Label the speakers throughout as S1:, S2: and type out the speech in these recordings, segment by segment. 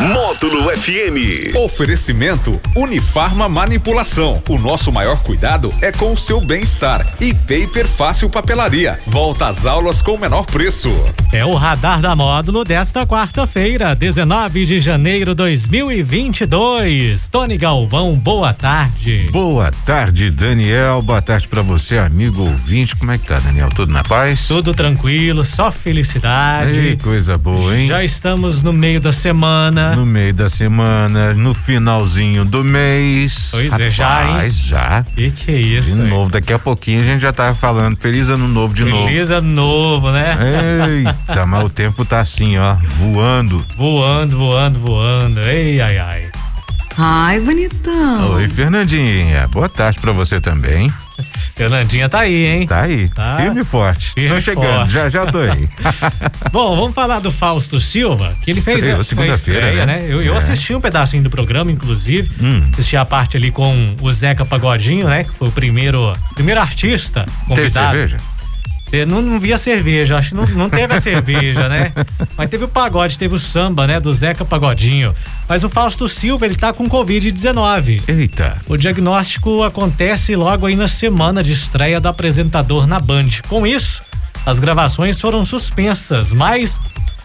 S1: Módulo FM.
S2: Oferecimento Unifarma Manipulação. O nosso maior cuidado é com o seu bem-estar. E Paper Fácil Papelaria. Volta às aulas com o menor preço.
S3: É o radar da módulo desta quarta-feira, 19 de janeiro de 2022. Tony Galvão, boa tarde.
S4: Boa tarde, Daniel. Boa tarde pra você, amigo ouvinte. Como é que tá, Daniel? Tudo na paz?
S3: Tudo tranquilo, só
S4: Ei,
S3: felicidade.
S4: coisa boa, hein?
S3: Já estamos no meio da semana.
S4: No meio da semana, no finalzinho do mês.
S3: Pois é, já, hein?
S4: Rapaz, já.
S3: Que que é
S4: De
S3: isso? hein?
S4: novo, daqui a pouquinho a gente já tava falando. Feliz ano novo de novo.
S3: Feliz ano novo, né?
S4: Eita, mas o tempo tá assim, ó, voando.
S3: Voando, voando, voando. Ei, ai, ai.
S5: Ai, bonitão.
S4: Oi, Fernandinha. Boa tarde pra você também.
S3: Fernandinha tá aí, hein?
S4: Tá aí,
S3: Tá.
S4: firme e forte.
S3: Firme
S4: tô
S3: e
S4: chegando,
S3: forte.
S4: já já tô aí.
S3: Bom, vamos falar do Fausto Silva, que ele fez
S4: Estreou
S3: foi
S4: segunda-feira,
S3: estreia,
S4: né?
S3: né? Eu, eu
S4: É. Hum.
S3: assisti um pedacinho do programa, inclusive. Assisti a parte ali com o Zeca Pagodinho, né? Que foi o primeiro, primeiro artista
S4: Teve
S3: convidado.
S4: cerveja?
S3: Eu Não, não vi a cerveja, acho que não, não teve a cerveja, né? Mas teve o pagode, teve o samba, né? Do Zeca Pagodinho. Mas o Fausto Silva, ele tá com Covid-19.
S4: Eita.
S3: O diagnóstico acontece logo aí na semana de estreia do apresentador na Band. Com isso, as gravações foram suspensas, mas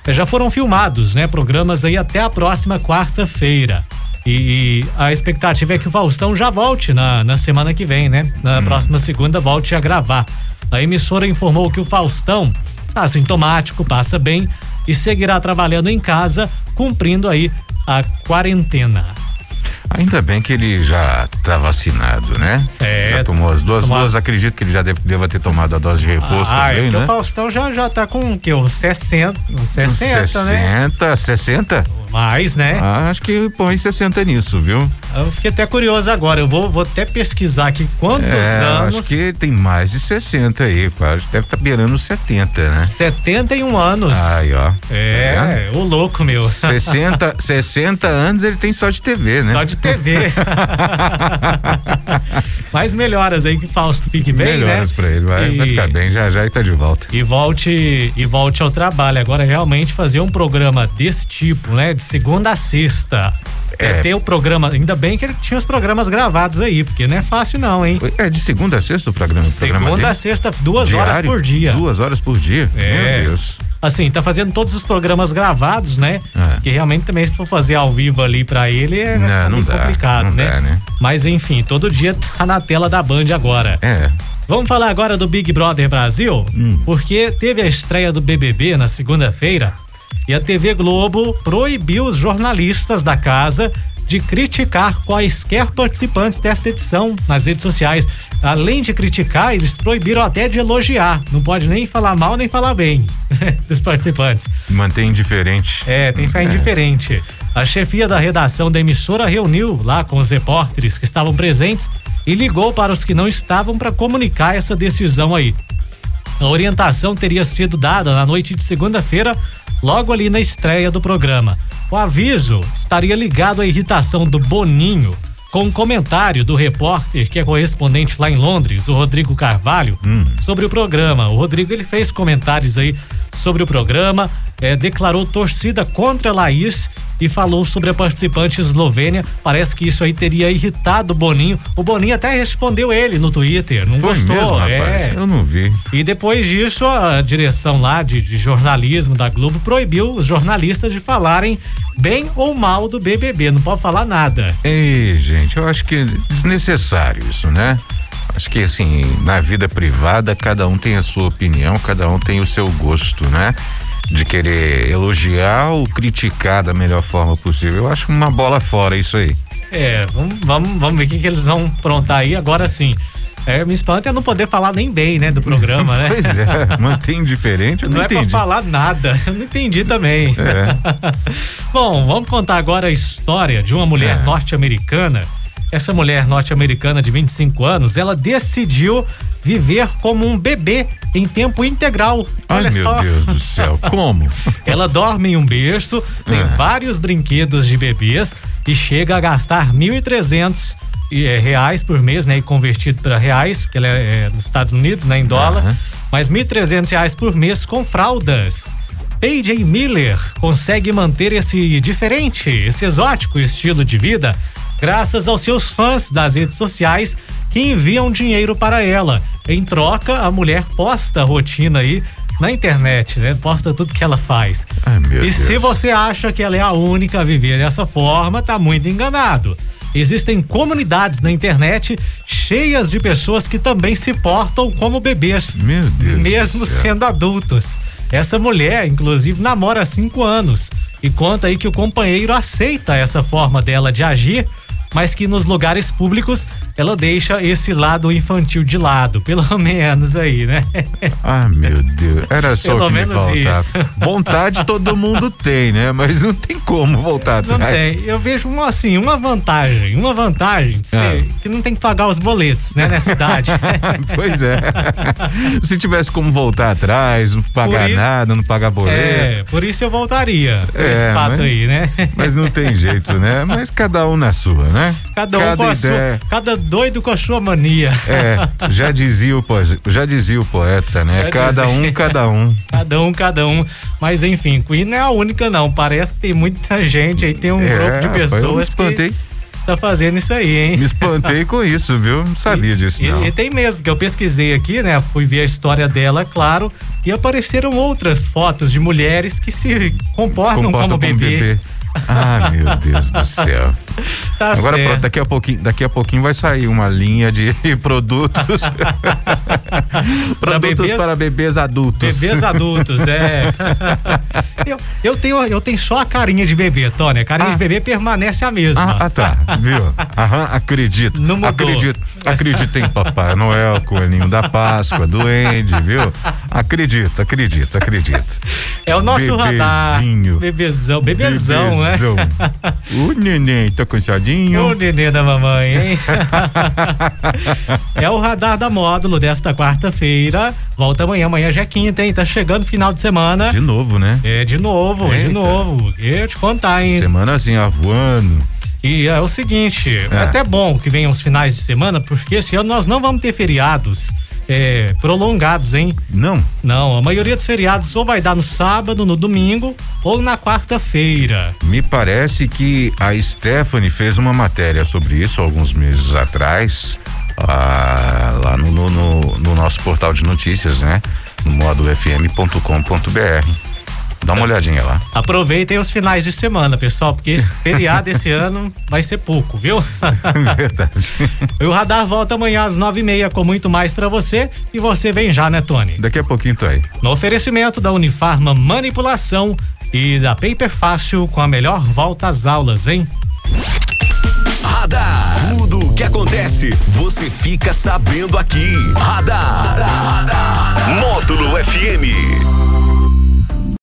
S3: já foram filmados, né? Programas aí até a próxima quarta-feira. E, e a expectativa é que o Faustão já volte na, na semana que vem, né? Na próxima segunda volte a gravar. A emissora informou que o Faustão tá assintomático, passa bem e seguirá trabalhando em casa, cumprindo aí a quarentena.
S4: Ainda bem que ele já tá vacinado, né?
S3: É,
S4: Já tomou as duas
S3: tomou as-
S4: duas, acredito que ele já deve- deva ter tomado a dose de reforço
S3: ah, é
S4: também,
S3: porque
S4: né?
S3: o Faustão já, já tá com o quê? Uns 60, uns 60, né?
S4: 60, 60?
S3: Mais, né?
S4: Ah, acho que põe 60 nisso, viu?
S3: Eu fiquei até curioso agora. Eu vou, vou até pesquisar aqui quantos
S4: É,
S3: anos.
S4: acho que tem mais de 60 aí, quase. Deve estar beirando os 70, né?
S3: 71 anos.
S4: Aí, ó. Ah, Tá vendo?
S3: é, o louco, meu.
S4: 60, 60 anos ele tem só de TV, né?
S3: Só de TV. Mas melhoras aí que o Fausto fique bem,
S4: Melhoras
S3: né?
S4: pra ele, vai, vai
S3: E-
S4: ficar bem já já e tá de volta.
S3: E volte, e volte ao trabalho. Agora, realmente, fazer um programa desse tipo, né? De segunda a sexta. É.
S4: É.
S3: ter o programa. Ainda bem que ele tinha os programas gravados aí, porque não é fácil, não, hein?
S4: É de segunda a sexta o programa? o um programa
S3: Segunda a
S4: dele?
S3: sexta, duas horas
S4: Diário?
S3: por dia.
S4: Duas horas por dia?
S3: É.
S4: Meu Deus.
S3: Assim, tá fazendo todos os programas gravados, né?
S4: É.
S3: Que realmente também, se for fazer ao vivo ali pra ele, é
S4: Não, não
S3: meio
S4: dá,
S3: complicado,
S4: não
S3: né?
S4: dá, né?
S3: Mas enfim, todo dia tá na tela da Band agora.
S4: É.
S3: Vamos falar agora do Big Brother Brasil, porque teve a estreia do BBB na segunda-feira e a TV Globo proibiu os jornalistas da casa de criticar quaisquer participantes desta edição nas redes sociais. Além de criticar, eles proibiram até de elogiar. Não pode nem falar mal nem falar bem dos participantes.
S4: Mantém indiferente.
S3: É, tem que ficar indiferente. A chefia da redação da emissora reuniu lá com os repórteres que estavam presentes e ligou para os que não estavam para comunicar essa decisão aí. A orientação teria sido dada na noite de segunda-feira, logo ali na estreia do programa. O aviso estaria ligado à irritação do Boninho com um comentário do repórter que é correspondente lá em Londres, o Rodrigo Carvalho,
S4: Hum.
S3: sobre o programa. O Rodrigo ele fez comentários aí sobre o programa, eh, declarou torcida contra Laís e falou sobre a participante eslovênia. Parece que isso aí teria irritado o Boninho. O Boninho até respondeu ele no Twitter. Não
S4: Foi
S3: gostou.
S4: mesmo, rapaz?
S3: é.
S4: Eu não vi.
S3: E depois disso, a direção lá de, de jornalismo da Globo proibiu os jornalistas de falarem bem ou mal do BBB. Não pode falar nada.
S4: Ei, gente, eu acho que é desnecessário isso, né? Acho que assim, na vida privada, cada um tem a sua opinião, cada um tem o seu gosto, né? De querer elogiar ou criticar da melhor forma possível. Eu acho uma bola fora isso aí.
S3: É, vamos, vamos, vamos ver o que, que eles vão aprontar aí agora sim. É, me espanta é não poder falar nem bem, né, do programa, né?
S4: Pois é, mantém indiferente, eu não,
S3: Não é pra
S4: entendi.
S3: falar nada. Eu não entendi também.
S4: É. É.
S3: Bom, vamos contar agora a história de uma mulher norte-americana Essa mulher norte-americana de 25 anos, ela decidiu viver como um bebê em tempo integral.
S4: Ai,
S3: Olha
S4: meu
S3: só.
S4: Deus do céu, como?
S3: Ela dorme em um berço, tem
S4: É.
S3: vários brinquedos de bebês e chega a gastar 1.300 e, eh, reais por mês, né? E convertido para reais, porque ela é, eh, nos Estados Unidos, né? Em dólar.
S4: Aham.
S3: Mas 1.300 reais por mês com fraldas. PJ Miller consegue manter esse diferente, esse exótico estilo de vida graças aos seus fãs das redes sociais que enviam dinheiro para ela. Em troca, a mulher posta a rotina aí na internet, né? Posta tudo que ela faz.
S4: Ai, meu
S3: e
S4: Deus.
S3: se você acha que ela é a única a viver dessa forma, tá muito enganado. Existem comunidades na internet cheias de pessoas que também se portam como bebês.
S4: Meu Deus
S3: Mesmo
S4: do céu.
S3: sendo adultos. Essa mulher, inclusive, namora há cinco anos e conta aí que o companheiro aceita essa forma dela de agir, mas que nos lugares públicos ela deixa esse lado infantil de lado, pelo menos aí, né?
S4: Ah, meu Deus. Era só
S3: Pelo
S4: o que me
S3: menos
S4: faltava.
S3: isso.
S4: Vontade todo mundo tem, né? Mas não tem como voltar
S3: Não
S4: atrás.
S3: tem. Eu vejo uma, assim, uma vantagem, uma vantagem de ser-
S4: Ah.
S3: que não tem que pagar os boletos, né, na cidade.
S4: pois é. Se tivesse como voltar atrás, não pagar
S3: Por i-
S4: nada, não pagar boleto.
S3: é, por isso eu voltaria por
S4: É,
S3: esse fato
S4: mas-
S3: aí, né?
S4: Mas não tem jeito, né? Mas cada um na sua, né?
S3: Cada um com a
S4: ideia.
S3: sua, cada doido com a sua mania.
S4: É, já dizia o, po- já dizia o poeta, né?
S3: Já
S4: cada
S3: dizia.
S4: um, cada um.
S3: Cada um, cada um. Mas enfim, Queen não é a única, não. Parece que tem muita gente aí, tem um
S4: É,
S3: grupo de
S4: rapaz, eu me
S3: pessoas
S4: espantei.
S3: que tá fazendo isso aí, hein?
S4: Me espantei com isso, viu? Não sabia disso,
S3: E-
S4: não.
S3: E, tá tem mesmo, que eu pesquisei aqui, né? Fui ver a história dela, claro, e apareceram outras fotos de mulheres que se comportam
S4: Comporta
S3: como, bebê.
S4: Ah, meu Deus do céu.
S3: Tá
S4: Agora
S3: certo.
S4: pronto, daqui a pouquinho, daqui a pouquinho vai sair uma linha de produtos. produtos
S3: bebês?
S4: para bebês adultos.
S3: Bebês adultos, é. eu, eu tenho, eu tenho só a carinha de bebê, Tony. A carinha
S4: Ah.
S3: de bebê permanece a mesma.
S4: Ah, ah, tá, viu? Aham, acredito.
S3: Não mudou.
S4: Acredito, acredito em Papai Noel, Coelhinho da Páscoa, Duende, viu? Acredito, acredito, acredito.
S3: é o nosso radar.
S4: bebezinho.
S3: Bebezão, bebezão, né?
S4: Bebezão. O neném tá cansadinho.
S3: O nenê da mamãe, hein? é o radar da módulo desta quarta-feira. Volta amanhã, amanhã já é quinta, hein? Tá chegando final de semana.
S4: De novo, né?
S3: É, de novo,
S4: Eita.
S3: de novo. Eu ia te contar, hein?
S4: Semana assim, ó, voando.
S3: E é o seguinte, é. até bom que venham os finais de semana, porque esse ano nós não vamos ter feriados é, prolongados, hein?
S4: Não,
S3: Não, a maioria dos feriados ou vai dar no sábado, no domingo ou na quarta-feira.
S4: me parece que a Stephanie fez uma matéria sobre isso alguns meses atrás, ah, lá no, no- no- no nosso portal de notícias, né? No modo fm.com.br. Dá uma olhadinha lá.
S3: Aproveitem os finais de semana, pessoal, porque esse feriado esse ano vai ser pouco, viu?
S4: Verdade.
S3: e o Radar volta amanhã às nove e meia com muito mais pra você e você vem já, né, Tony?
S4: Daqui a pouquinho tá aí.
S3: No oferecimento da Unifarma Manipulação e da Paper Fácil com a melhor volta às aulas, hein?
S1: Radar. Tudo o que acontece, você fica sabendo aqui. Radar. Módulo FM.